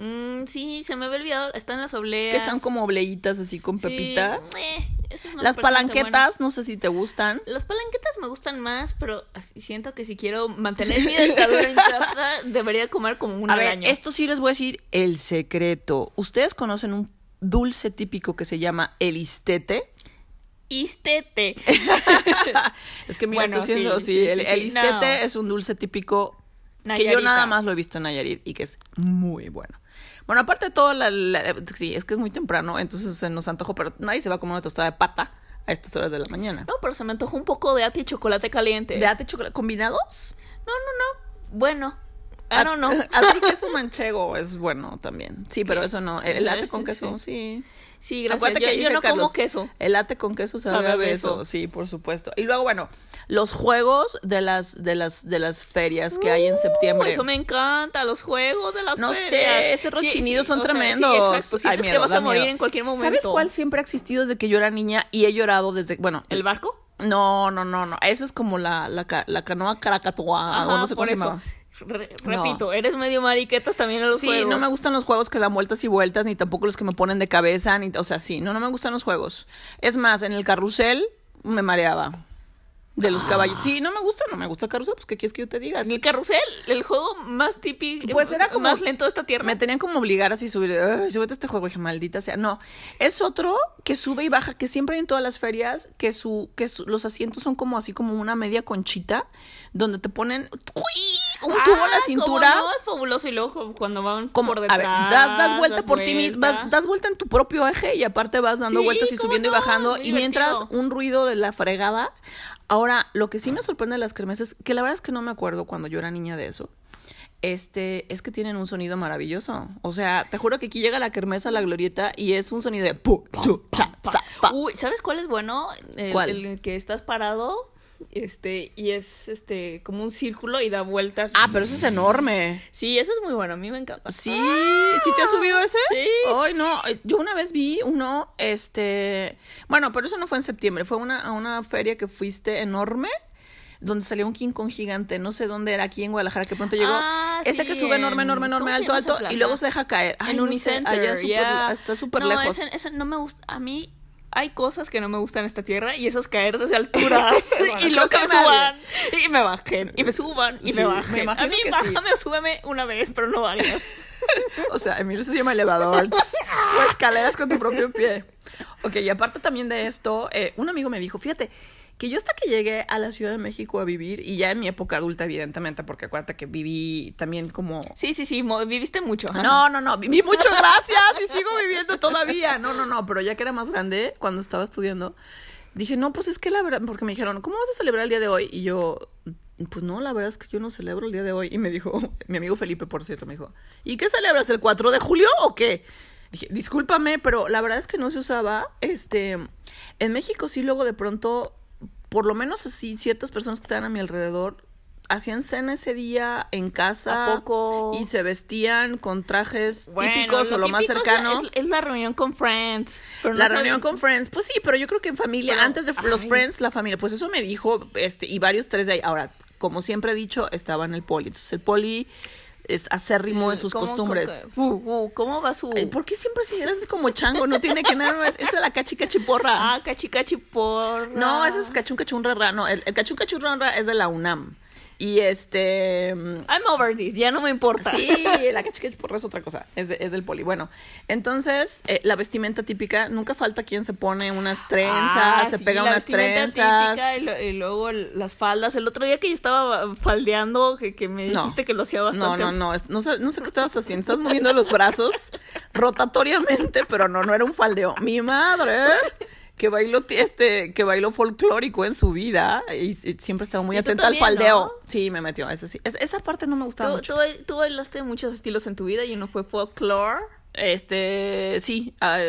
Speaker 1: Mm, sí, se me había olvidado. Están las obleas.
Speaker 2: que son como obleitas así con
Speaker 1: Sí,
Speaker 2: pepitas.
Speaker 1: eh, esas no me
Speaker 2: las
Speaker 1: parecen tan buenas.
Speaker 2: palanquetas, no sé si te gustan.
Speaker 1: Las palanquetas me gustan más, pero así siento que si quiero mantener mi dentadura
Speaker 2: *laughs*
Speaker 1: intacta, debería comer como una
Speaker 2: a ver,
Speaker 1: araña.
Speaker 2: esto sí les voy a decir el secreto. Ustedes conocen un dulce típico que se llama
Speaker 1: *laughs*
Speaker 2: el istete. *laughs*
Speaker 1: Istete.
Speaker 2: es que mira,
Speaker 1: Bueno,
Speaker 2: está haciendo
Speaker 1: sí,
Speaker 2: así.
Speaker 1: sí,
Speaker 2: el,
Speaker 1: sí,
Speaker 2: el
Speaker 1: sí,
Speaker 2: istete
Speaker 1: no. ah.
Speaker 2: es un dulce típico que yo
Speaker 1: Nayarita.
Speaker 2: nada más lo he visto en Nayarit y que es muy bueno. Bueno, aparte de todo, la- la- sí, es que es muy temprano, entonces se nos antojó, pero nadie se va a comer una tostada de pata a estas horas de la mañana.
Speaker 1: No, pero se me antojó un poco de ate y chocolate caliente.
Speaker 2: ¿De ate chocolate combinados?
Speaker 1: no, no. Bueno.
Speaker 2: *laughs* Ah,
Speaker 1: I don't *laughs* know.
Speaker 2: Así queso manchego es bueno también. Sí, pero eso no. El, el
Speaker 1: Ah,
Speaker 2: latte con
Speaker 1: sí,
Speaker 2: queso, sí.
Speaker 1: Sí, gracias.
Speaker 2: Acuérdate
Speaker 1: yo,
Speaker 2: que
Speaker 1: yo
Speaker 2: dice
Speaker 1: no
Speaker 2: Carlos,
Speaker 1: como queso.
Speaker 2: El latte con queso sabe,
Speaker 1: Sabe
Speaker 2: a
Speaker 1: a
Speaker 2: beso.
Speaker 1: beso.
Speaker 2: Sí, por supuesto. Y luego, bueno, los juegos de las, de las, de las ferias que hay en septiembre.
Speaker 1: Uh, Eso me encanta, los juegos de las
Speaker 2: No
Speaker 1: ferias.
Speaker 2: sé, esos
Speaker 1: Sí, sí,
Speaker 2: rochinidos son
Speaker 1: o sea, sí,
Speaker 2: tremendos.
Speaker 1: exacto,
Speaker 2: Ay,
Speaker 1: sientes que
Speaker 2: miedo,
Speaker 1: vas
Speaker 2: da
Speaker 1: a morir
Speaker 2: miedo.
Speaker 1: en cualquier momento.
Speaker 2: ¿Sabes cuál siempre ha existido desde que yo era niña y he llorado desde, bueno,
Speaker 1: ¿El barco?
Speaker 2: No, no, no, no. Esa es como la, la, ca- la canoa caracatuá, o
Speaker 1: Ajá,
Speaker 2: Ah, no sé cómo
Speaker 1: por
Speaker 2: se
Speaker 1: eso.
Speaker 2: llamaba.
Speaker 1: Re-
Speaker 2: No.
Speaker 1: Repito, eres medio mariquetas también en los
Speaker 2: Sí,
Speaker 1: juegos.
Speaker 2: no me gustan los juegos que dan vueltas y vueltas, ni tampoco los que me ponen de cabeza, ni, o sea, sí, no, no me gustan los juegos. Es más, en el carrusel me mareaba. De los caballos. Sí, no me gusta, no me gusta el carrusel, pues ¿qué quieres que yo te diga?
Speaker 1: El carrusel, el juego más típico,
Speaker 2: Pues era como-
Speaker 1: más lento de esta tierra.
Speaker 2: Me tenían como obligar así subir, "Ay, súbete a este juego, dije, maldita sea. No, es otro que sube y baja, que siempre hay en todas las ferias, que su, que su- los asientos son como así como una media conchita, donde te ponen ¡uy! un
Speaker 1: Ah,
Speaker 2: tubo en la
Speaker 1: ¿cómo
Speaker 2: cintura.
Speaker 1: No, es fabuloso y luego cuando van
Speaker 2: como
Speaker 1: por
Speaker 2: a
Speaker 1: detrás.
Speaker 2: ver, das, das vuelta
Speaker 1: das
Speaker 2: por ti mismo,
Speaker 1: vuelta.
Speaker 2: vas- das vuelta en tu propio eje y aparte vas dando
Speaker 1: Sí,
Speaker 2: vueltas y
Speaker 1: ¿cómo
Speaker 2: subiendo y
Speaker 1: no?
Speaker 2: bajando
Speaker 1: Muy
Speaker 2: y mientras
Speaker 1: divertido.
Speaker 2: un ruido de la fregada. Ahora, lo que sí me sorprende de las cremeses, que la verdad es que no me acuerdo cuando yo era niña de eso. Este, es que tienen un sonido maravilloso. O sea, te juro que aquí llega la kermesa, la glorieta, y es un sonido de pu, chu, cha, za, fa.
Speaker 1: Uy, ¿sabes cuál es bueno? El,
Speaker 2: ¿Cuál?
Speaker 1: el que estás parado, este, y es este como un círculo y da vueltas.
Speaker 2: Ah, pero eso es enorme.
Speaker 1: Sí, eso es muy bueno, a mí me encanta.
Speaker 2: Sí, ¿sí te ha subido ese?
Speaker 1: Sí.
Speaker 2: Ay, no, eh, yo una vez vi uno, este, bueno, pero eso no fue en septiembre, fue una, a una feria que fuiste enorme, donde salió un King Kong gigante, no sé dónde era, aquí en Guadalajara, que pronto llegó,
Speaker 1: Ah,
Speaker 2: ese
Speaker 1: sí,
Speaker 2: que sube enorme,
Speaker 1: en-
Speaker 2: enorme, enorme,
Speaker 1: ¿cómo se
Speaker 2: alto,
Speaker 1: llama esa
Speaker 2: alto, y
Speaker 1: plaza?
Speaker 2: luego se deja caer. Ay,
Speaker 1: en
Speaker 2: no,
Speaker 1: un
Speaker 2: ni sé,
Speaker 1: center,
Speaker 2: allá súper-
Speaker 1: ya.
Speaker 2: está súper
Speaker 1: No,
Speaker 2: lejos.
Speaker 1: ese- ese no me gusta. A mí hay cosas que no me gustan en esta tierra y esas caer desde
Speaker 2: *laughs*
Speaker 1: alturas
Speaker 2: Bueno,
Speaker 1: y luego
Speaker 2: creo
Speaker 1: que me
Speaker 2: que nadie.
Speaker 1: suban y me bajen y me suban y
Speaker 2: Sí,
Speaker 1: me
Speaker 2: me
Speaker 1: bajen. a
Speaker 2: imagino
Speaker 1: mí
Speaker 2: que sí.
Speaker 1: *laughs* bájame o súbeme una vez, pero no
Speaker 2: *laughs*
Speaker 1: varias.
Speaker 2: O sea, mí eso se llama elevador. o escaleras con tu propio pie. Ok, y aparte también de esto, eh, un amigo me dijo, fíjate, que yo hasta que llegué a la Ciudad de México a vivir, y ya en mi época adulta, evidentemente, porque acuérdate que viví también como...
Speaker 1: Sí, sí, sí, mo- viviste mucho. ajá.
Speaker 2: No, no, no, viví mucho, gracias, y sigo viviendo todavía. No, no, no, pero ya que era más grande, cuando estaba estudiando, dije, no, pues es que la verdad, porque me dijeron, ¿cómo vas a celebrar el día de hoy? Y yo, pues no, la verdad es que yo no celebro el día de hoy. Y me dijo, mi amigo Felipe, por cierto, me dijo, ¿y qué celebras, el 4 de julio o qué? Dije, discúlpame, pero la verdad es que no se usaba, este, en México sí luego de pronto, por lo menos así, ciertas personas que estaban a mi alrededor, hacían cena ese día en casa
Speaker 1: ¿A poco?
Speaker 2: y se vestían con trajes
Speaker 1: Bueno,
Speaker 2: típicos o lo más
Speaker 1: típico es la-
Speaker 2: cercano.
Speaker 1: Es, es la reunión con Friends. Pero no
Speaker 2: la
Speaker 1: saben-
Speaker 2: reunión con Friends, pues sí, pero yo creo que en familia,
Speaker 1: Pero,
Speaker 2: antes de f- los
Speaker 1: ay.
Speaker 2: Friends, la familia, pues eso me dijo, este, y varios tres de ahí. Ahora, como siempre he dicho, estaba en el poli. Entonces el poli es acérrimo en sus
Speaker 1: Mm, ¿Cómo-
Speaker 2: costumbres.
Speaker 1: cómo- uh, uh, ¿Cómo va su...?
Speaker 2: Ay, ¿Por qué siempre si eres como chango? No tiene que nada más. Esa es la cachica chiporra.
Speaker 1: Ah, cachi cachi por...
Speaker 2: No, ese es cachun cachurra. No, el, el cachun cachurra es de la UNAM. Y este. mm,
Speaker 1: I'm over this, ya no me importa. *laughs*
Speaker 2: Sí, la cachica chiporra es otra cosa. Es, de- es del poli. Bueno, entonces, eh, la vestimenta típica, nunca falta quien se pone unas trenzas,
Speaker 1: Ah,
Speaker 2: se
Speaker 1: sí,
Speaker 2: pega
Speaker 1: la
Speaker 2: unas
Speaker 1: vestimenta típica
Speaker 2: trenzas.
Speaker 1: Y, lo- y luego el- las faldas. El otro día que yo estaba faldeando, que, que me
Speaker 2: No.
Speaker 1: dijiste que lo hacía
Speaker 2: No,
Speaker 1: bastante.
Speaker 2: no, no, es- no, sé, no sé qué estabas haciendo. Estás moviendo
Speaker 1: *laughs*
Speaker 2: los brazos rotatoriamente, pero no, no era un faldeo. Mi madre, que bailó ti- este, que bailó folclórico en su vida y, y siempre estaba muy
Speaker 1: Y tú
Speaker 2: atenta al
Speaker 1: también,
Speaker 2: faldeo.
Speaker 1: ¿no?
Speaker 2: Sí, me metió, eso sí. Es- esa parte no me gustaba
Speaker 1: Tú,
Speaker 2: mucho.
Speaker 1: tú, bail- tú bailaste muchos estilos en tu vida y uno fue folklore.
Speaker 2: Este, sí, ah,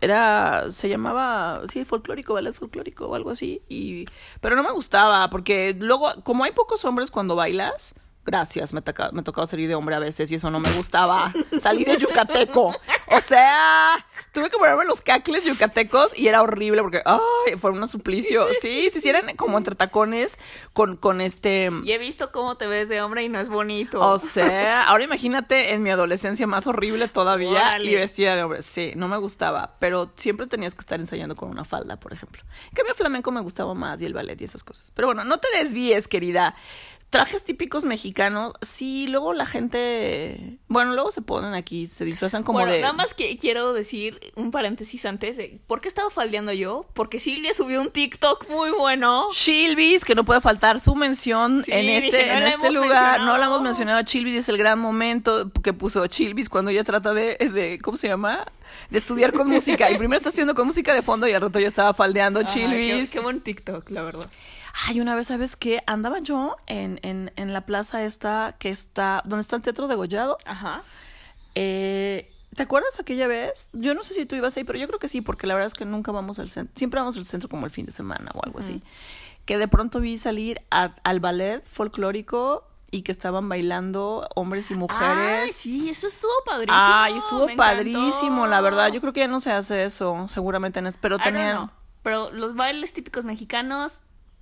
Speaker 2: era, se llamaba, sí, folclórico, ballet folclórico o algo así, y, pero no me gustaba, porque luego, como hay pocos hombres cuando bailas, gracias, me, toca- me tocaba salir de hombre a veces y eso no me gustaba, salí de yucateco, o sea, tuve que ponerme los cacles yucatecos y era horrible porque, ay, fue un suplicio, sí, sí, sí, eran como entre tacones con, con este...
Speaker 1: Y he visto cómo te ves de hombre y no es bonito.
Speaker 2: O sea, ahora imagínate en mi adolescencia más horrible todavía
Speaker 1: Órale.
Speaker 2: y vestida de hombre. Sí, no me gustaba, pero siempre tenías que estar ensayando con una falda, por ejemplo. En cambio, flamenco me gustaba más y el ballet y esas cosas. Pero bueno, no te desvíes, querida. Trajes típicos mexicanos, sí, luego la gente, bueno, luego se ponen aquí, se disfrazan como
Speaker 1: bueno,
Speaker 2: de...
Speaker 1: nada más que quiero decir un paréntesis antes de ¿por qué estaba faldeando yo? Porque Silvia subió un TikTok muy bueno.
Speaker 2: Chilvis, que no puede faltar su mención
Speaker 1: Sí,
Speaker 2: en
Speaker 1: dije,
Speaker 2: este,
Speaker 1: no
Speaker 2: en
Speaker 1: la
Speaker 2: este
Speaker 1: hemos
Speaker 2: lugar. No la
Speaker 1: mencionado.
Speaker 2: hemos mencionado a Chilvis, es el gran momento que puso Chilvis cuando ella trata de, de- ¿cómo se llama? de estudiar
Speaker 1: *laughs*
Speaker 2: con música. Y primero está estudiando con música de fondo y al rato yo estaba faldeando
Speaker 1: Ay,
Speaker 2: chilvis.
Speaker 1: Qué, qué buen TikTok, la verdad.
Speaker 2: Ay, una vez, ¿sabes qué? Andaba yo en, en, en la plaza esta que está, donde está el Teatro de Gollado.
Speaker 1: Ajá.
Speaker 2: Eh, ¿Te acuerdas aquella vez? Yo no sé si tú ibas ahí, pero yo creo que sí, porque la verdad es que nunca vamos al centro. Siempre vamos al centro como el fin de semana o algo así. Que de pronto vi salir a- al ballet folclórico y que estaban bailando hombres y
Speaker 1: Ay,
Speaker 2: mujeres.
Speaker 1: sí, eso estuvo padrísimo.
Speaker 2: Ay, estuvo
Speaker 1: me
Speaker 2: padrísimo,
Speaker 1: encantó.
Speaker 2: la verdad. Yo creo que ya no se hace eso, seguramente. no es- Pero
Speaker 1: I don't
Speaker 2: tenían,
Speaker 1: know, Ah, Pero los bailes típicos mexicanos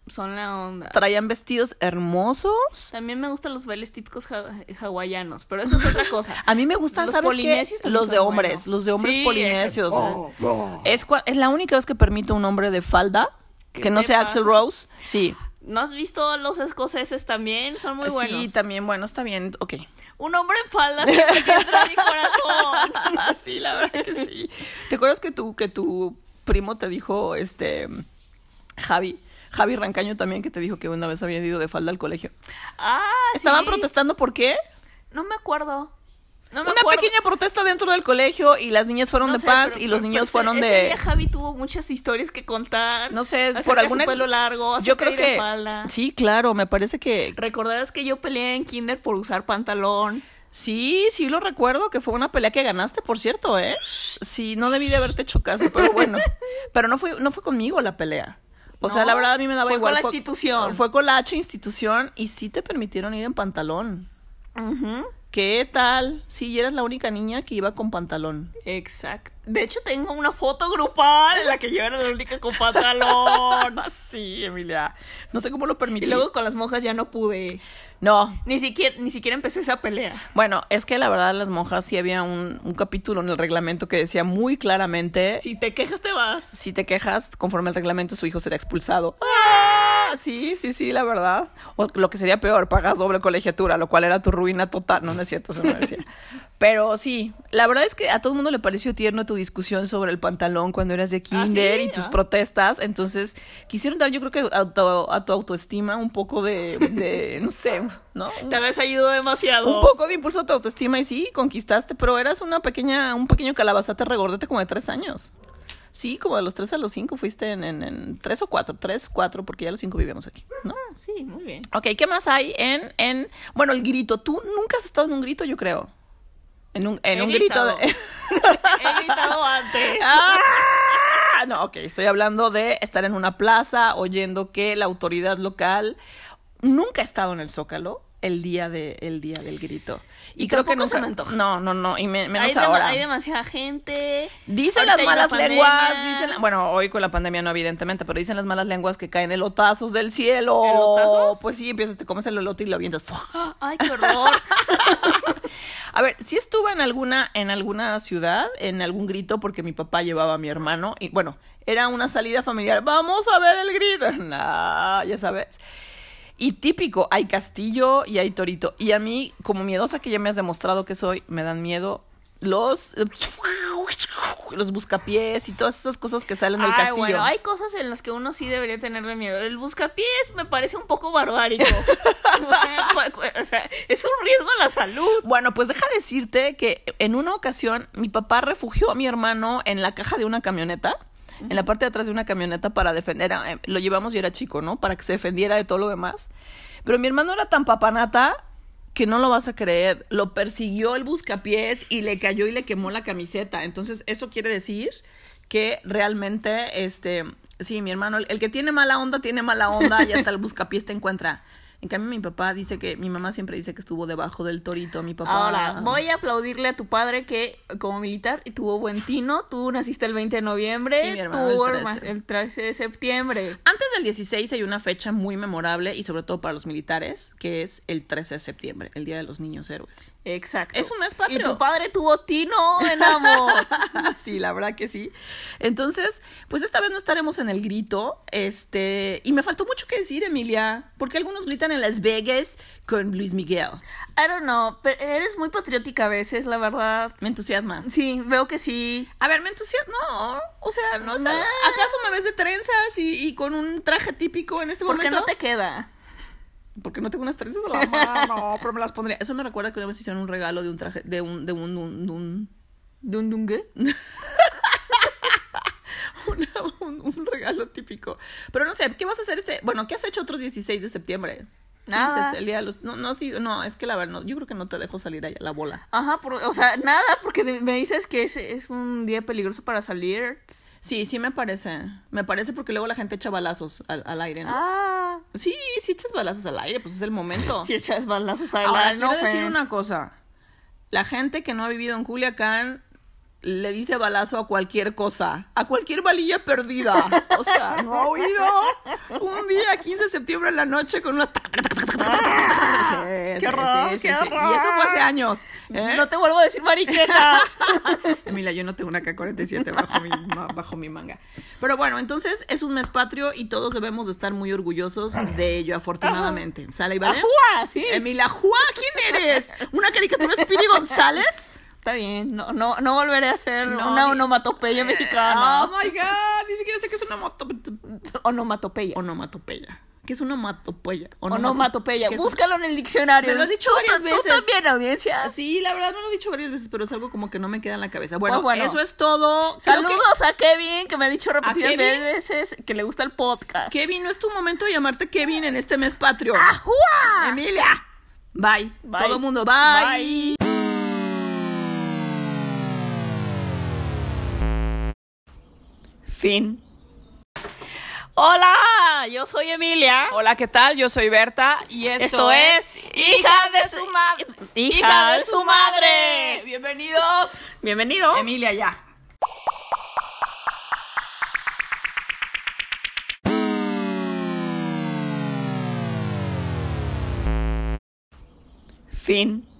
Speaker 1: son la onda.
Speaker 2: traían vestidos hermosos.
Speaker 1: También me gustan los bailes típicos ha- hawaianos, pero eso es otra
Speaker 2: *laughs*
Speaker 1: cosa.
Speaker 2: A mí me gustan,
Speaker 1: Los
Speaker 2: ¿sabes qué?
Speaker 1: polinesios también
Speaker 2: Los de
Speaker 1: son
Speaker 2: hombres,
Speaker 1: buenos.
Speaker 2: los de hombres
Speaker 1: Sí, eh,
Speaker 2: polinesios. ¿eh? Es, cua- es la única vez que permito un hombre de falda,
Speaker 1: ¿Qué
Speaker 2: que no
Speaker 1: te
Speaker 2: sea Axel
Speaker 1: pasa?
Speaker 2: Rose. Sí.
Speaker 1: ¿No has visto los escoceses también? Son muy buenos.
Speaker 2: Sí, también, bueno, está bien,
Speaker 1: *laughs*
Speaker 2: ok. *laughs*
Speaker 1: Un hombre en falda siempre te entra a mi corazón.
Speaker 2: *laughs* sí, la verdad que sí. ¿Te acuerdas que tu, que tu primo te dijo, este, Javi, Javi Rancaño también, que te dijo que una vez había ido de falda al colegio?
Speaker 1: Ah,
Speaker 2: Estaban
Speaker 1: sí.
Speaker 2: protestando, ¿por qué?
Speaker 1: No me acuerdo. No me
Speaker 2: una
Speaker 1: acuerdo.
Speaker 2: pequeña protesta dentro del colegio y las niñas fueron
Speaker 1: No
Speaker 2: de
Speaker 1: sé,
Speaker 2: pants
Speaker 1: pero-
Speaker 2: y los
Speaker 1: pero-
Speaker 2: niños
Speaker 1: pero
Speaker 2: fueron
Speaker 1: ese-
Speaker 2: de...
Speaker 1: Ese día Javi tuvo muchas historias que contar.
Speaker 2: No sé,
Speaker 1: acerca
Speaker 2: por
Speaker 1: de
Speaker 2: algún
Speaker 1: su
Speaker 2: ex-
Speaker 1: pelo largo,
Speaker 2: Yo creo que
Speaker 1: Falda.
Speaker 2: sí, claro, me parece que
Speaker 1: ¿Recordarás que yo peleé en kinder por usar pantalón?
Speaker 2: sí, sí lo recuerdo que fue una pelea que ganaste, por cierto, ¿eh? Sí, no debí de haberte hecho caso, pero
Speaker 1: *laughs*
Speaker 2: bueno, pero no fue no fue conmigo la pelea. O sea,
Speaker 1: No,
Speaker 2: la verdad a mí me daba
Speaker 1: fue con
Speaker 2: igual.
Speaker 1: la institución.
Speaker 2: Fue con la H institución y sí te permitieron ir en pantalón.
Speaker 1: Ujú.
Speaker 2: ¿Qué tal? Sí, y eras la única niña que iba con pantalón.
Speaker 1: Exacto. De hecho, tengo una foto grupal en la que yo era la única con
Speaker 2: *laughs*
Speaker 1: pantalón.
Speaker 2: sí, Emilia. No sé cómo lo permití.
Speaker 1: y luego con las monjas ya no pude.
Speaker 2: No,
Speaker 1: Ni siquiera, ni siquiera empecé esa pelea.
Speaker 2: Bueno, es que la verdad las monjas sí había un, un capítulo en el reglamento que decía muy claramente,
Speaker 1: Si te quejas, te vas.
Speaker 2: si te quejas conforme al reglamento su hijo será expulsado. ¡Ah! Sí, sí, sí, la verdad. O lo que sería peor, pagas doble colegiatura, lo cual era tu ruina total. No, no es cierto, eso no
Speaker 1: *laughs*
Speaker 2: decía. Pero sí, la verdad es que a todo el mundo le pareció tierno tu discusión sobre el pantalón cuando eras de kinder
Speaker 1: sí,
Speaker 2: y tus
Speaker 1: ah.
Speaker 2: protestas. Entonces, quisieron dar yo creo que a tu, a tu autoestima un poco de, de, no sé, ¿no? Un-
Speaker 1: Tal vez ayudó demasiado.
Speaker 2: un poco de impulso a tu autoestima y sí, conquistaste, pero eras una pequeña, un pequeño calabazate regordete como de tres años. Sí, como de los tres a los cinco fuiste en, en, en tres o cuatro, tres, cuatro, porque ya a los cinco vivíamos aquí, ¿no?
Speaker 1: Ah, sí, muy
Speaker 2: *laughs*
Speaker 1: bien.
Speaker 2: Ok, ¿qué más hay en, en, bueno, el grito? Tú nunca has estado en un grito, yo creo. En un, en
Speaker 1: He
Speaker 2: un grito
Speaker 1: gritado.
Speaker 2: *laughs* de...
Speaker 1: He gritado antes.
Speaker 2: ¡Ah! No, ok, estoy hablando de estar en una plaza oyendo que la autoridad local nunca ha estado en el Zócalo el día de el día del grito. Y,
Speaker 1: Y
Speaker 2: creo que
Speaker 1: tampoco se
Speaker 2: nunca
Speaker 1: me antoja.
Speaker 2: No, no, no, y me- menos
Speaker 1: hay, dema-
Speaker 2: ahora.
Speaker 1: hay demasiada gente.
Speaker 2: Dicen
Speaker 1: Ahorita
Speaker 2: las
Speaker 1: hay una
Speaker 2: malas
Speaker 1: pandemia.
Speaker 2: lenguas,
Speaker 1: *gasps*
Speaker 2: dicen, la- bueno, hoy con la pandemia no evidentemente, pero dicen las malas lenguas que caen elotazos del cielo.
Speaker 1: ¿Elotazos?
Speaker 2: Pues sí, empiezas, te comes el elote y lo avientas. ¡fua!
Speaker 1: ¡Ah! Ay, qué
Speaker 2: *laughs*
Speaker 1: horror.
Speaker 2: A ver, sí estuve en alguna, en alguna ciudad, en algún grito, porque mi papá llevaba a mi hermano, y bueno, era una salida familiar, vamos a ver el grito, *laughs* Nah, ya sabes. Y típico, hay castillo y hay torito. Y a mí, como miedosa que ya me has demostrado que soy, me dan miedo los, *laughs* los buscapiés y todas esas cosas que salen del
Speaker 1: Ay,
Speaker 2: castillo.
Speaker 1: bueno, hay cosas en las que uno sí debería tenerle miedo. El buscapiés me parece un poco
Speaker 2: *laughs*
Speaker 1: barbárico. *laughs* o sea, *laughs* es un riesgo a la salud.
Speaker 2: Bueno, pues deja decirte que en una ocasión mi papá refugió a mi hermano en la caja de una camioneta, en la parte de atrás de una camioneta para defender. a- eh, lo llevamos y era chico, ¿no? Para que se defendiera de todo lo demás. Pero mi hermano era tan papanata que no lo vas a creer. Lo persiguió el buscapiés y le cayó y le quemó la camiseta. Entonces, eso quiere decir que realmente, este, sí, mi hermano, el, el que tiene mala onda, tiene mala onda y
Speaker 1: *laughs*
Speaker 2: hasta el buscapiés te encuentra. En cambio, mi papá dice que, mi mamá siempre dice que estuvo debajo del torito, mi papá.
Speaker 1: Ahora, voy a aplaudirle a tu padre que, como militar, tuvo buen tino. Tú naciste el 20 de noviembre.
Speaker 2: Y mi hermano
Speaker 1: tú
Speaker 2: el
Speaker 1: herma-
Speaker 2: 13.
Speaker 1: el 13 de septiembre.
Speaker 2: Antes del 16 hay una fecha muy memorable y sobre todo para los militares, que es el 13 de septiembre, el Día de los Niños Héroes.
Speaker 1: Exacto.
Speaker 2: Es un mes patrio.
Speaker 1: Y tu padre tuvo tino en
Speaker 2: *laughs*
Speaker 1: ambos.
Speaker 2: sí, la verdad que sí. Entonces, pues esta vez no estaremos en el grito. Este, y me faltó mucho que decir, Emilia, porque algunos gritan en Las Vegas con Luis Miguel.
Speaker 1: I don't know, pero eres muy patriótica a veces, la verdad.
Speaker 2: Me entusiasma.
Speaker 1: Sí, veo que sí.
Speaker 2: A ver, me entusiasma. No, o sea, no sé.
Speaker 1: No.
Speaker 2: ¿Acaso me ves de trenzas y, y con un traje típico en este
Speaker 1: ¿Por qué
Speaker 2: momento?
Speaker 1: no te queda?
Speaker 2: porque no tengo unas trenzas
Speaker 1: *laughs*
Speaker 2: a la mano, pero me las pondría. Eso me recuerda que una vez hicieron un *laughs* regalo de un traje, de un, de un, de un, de un-
Speaker 1: Dundungue.
Speaker 2: Una- un, un regalo típico. Pero no sé, ¿qué vas a hacer este? Bueno, ¿qué has hecho otros 16 de septiembre?
Speaker 1: Nada.
Speaker 2: Dices, el día de los... No, no, sí, no, es que la verdad, no, yo creo que no te dejo salir allá, la bola.
Speaker 1: *laughs* Ajá, por- o sea, nada, porque de- me dices que es, es un día peligroso para salir.
Speaker 2: Sí, sí me parece. Me parece porque luego la gente echa balazos al, al aire, ¿no?
Speaker 1: Ah,
Speaker 2: Sí, sí echas balazos al aire, pues es
Speaker 1: *laughs*
Speaker 2: el momento.
Speaker 1: si echas balazos a
Speaker 2: Ahora,
Speaker 1: la-
Speaker 2: quiero
Speaker 1: no
Speaker 2: decir
Speaker 1: offense.
Speaker 2: una cosa. La gente que no ha vivido en Culiacán le dice balazo a cualquier cosa, a cualquier valilla perdida.
Speaker 1: *laughs*
Speaker 2: O sea, ¿no ha oído? Un día, 15 de septiembre en la noche, con unas... tac, tac, tac, tac, tac, tac, tac. Sí,
Speaker 1: ¡Qué
Speaker 2: sí,
Speaker 1: horror,
Speaker 2: sí, sí,
Speaker 1: qué
Speaker 2: sí. Y eso fue hace años. ¿eh?
Speaker 1: No te vuelvo a decir
Speaker 2: *laughs*
Speaker 1: mariquetas.
Speaker 2: Emilia, yo no tengo una K-47 bajo mi, ma- bajo mi manga. Pero bueno, entonces es un mes patrio y todos debemos de estar muy orgullosos de ello, afortunadamente. ¿Sale y vale?
Speaker 1: Ajúa, sí.
Speaker 2: Emilia, ¡jua! ¿Quién eres? ¿Una caricatura de Spiri González?
Speaker 1: Está bien, no, no, no volveré a hacer
Speaker 2: No,
Speaker 1: una
Speaker 2: ni-
Speaker 1: onomatopeya
Speaker 2: Oh
Speaker 1: mexicana.
Speaker 2: my god, ni siquiera sé qué es una moto.
Speaker 1: Onomatopeya.
Speaker 2: Onomatopeya. ¿Qué es una onomatopeya?
Speaker 1: Onomatopeya.
Speaker 2: ¿Qué es
Speaker 1: Búscalo en el diccionario.
Speaker 2: Me lo has dicho
Speaker 1: Tú-
Speaker 2: varias
Speaker 1: tú
Speaker 2: veces.
Speaker 1: también, audiencia.
Speaker 2: una- Sí, la verdad me lo he dicho varias veces, pero es algo como que no me queda en la cabeza. Bueno,
Speaker 1: Pues bueno.
Speaker 2: eso es todo. Creo que-
Speaker 1: Saludos a Kevin, que me ha dicho repetidas
Speaker 2: Kevin?
Speaker 1: veces que le gusta el podcast.
Speaker 2: Kevin, no es tu momento de llamarte Kevin en este mes patrio.
Speaker 1: ¡Ajúa!
Speaker 2: Emilia. Bye.
Speaker 1: Bye.
Speaker 2: Todo mundo, bye.
Speaker 1: Bye. Fin. Hola, yo soy Emilia.
Speaker 2: Hola, ¿qué tal? Yo soy Berta y
Speaker 1: Esto es Hijas de su madre. Hija de su madre.
Speaker 2: Bienvenidos.
Speaker 1: Bienvenido.
Speaker 2: Emilia, ya.
Speaker 1: Fin.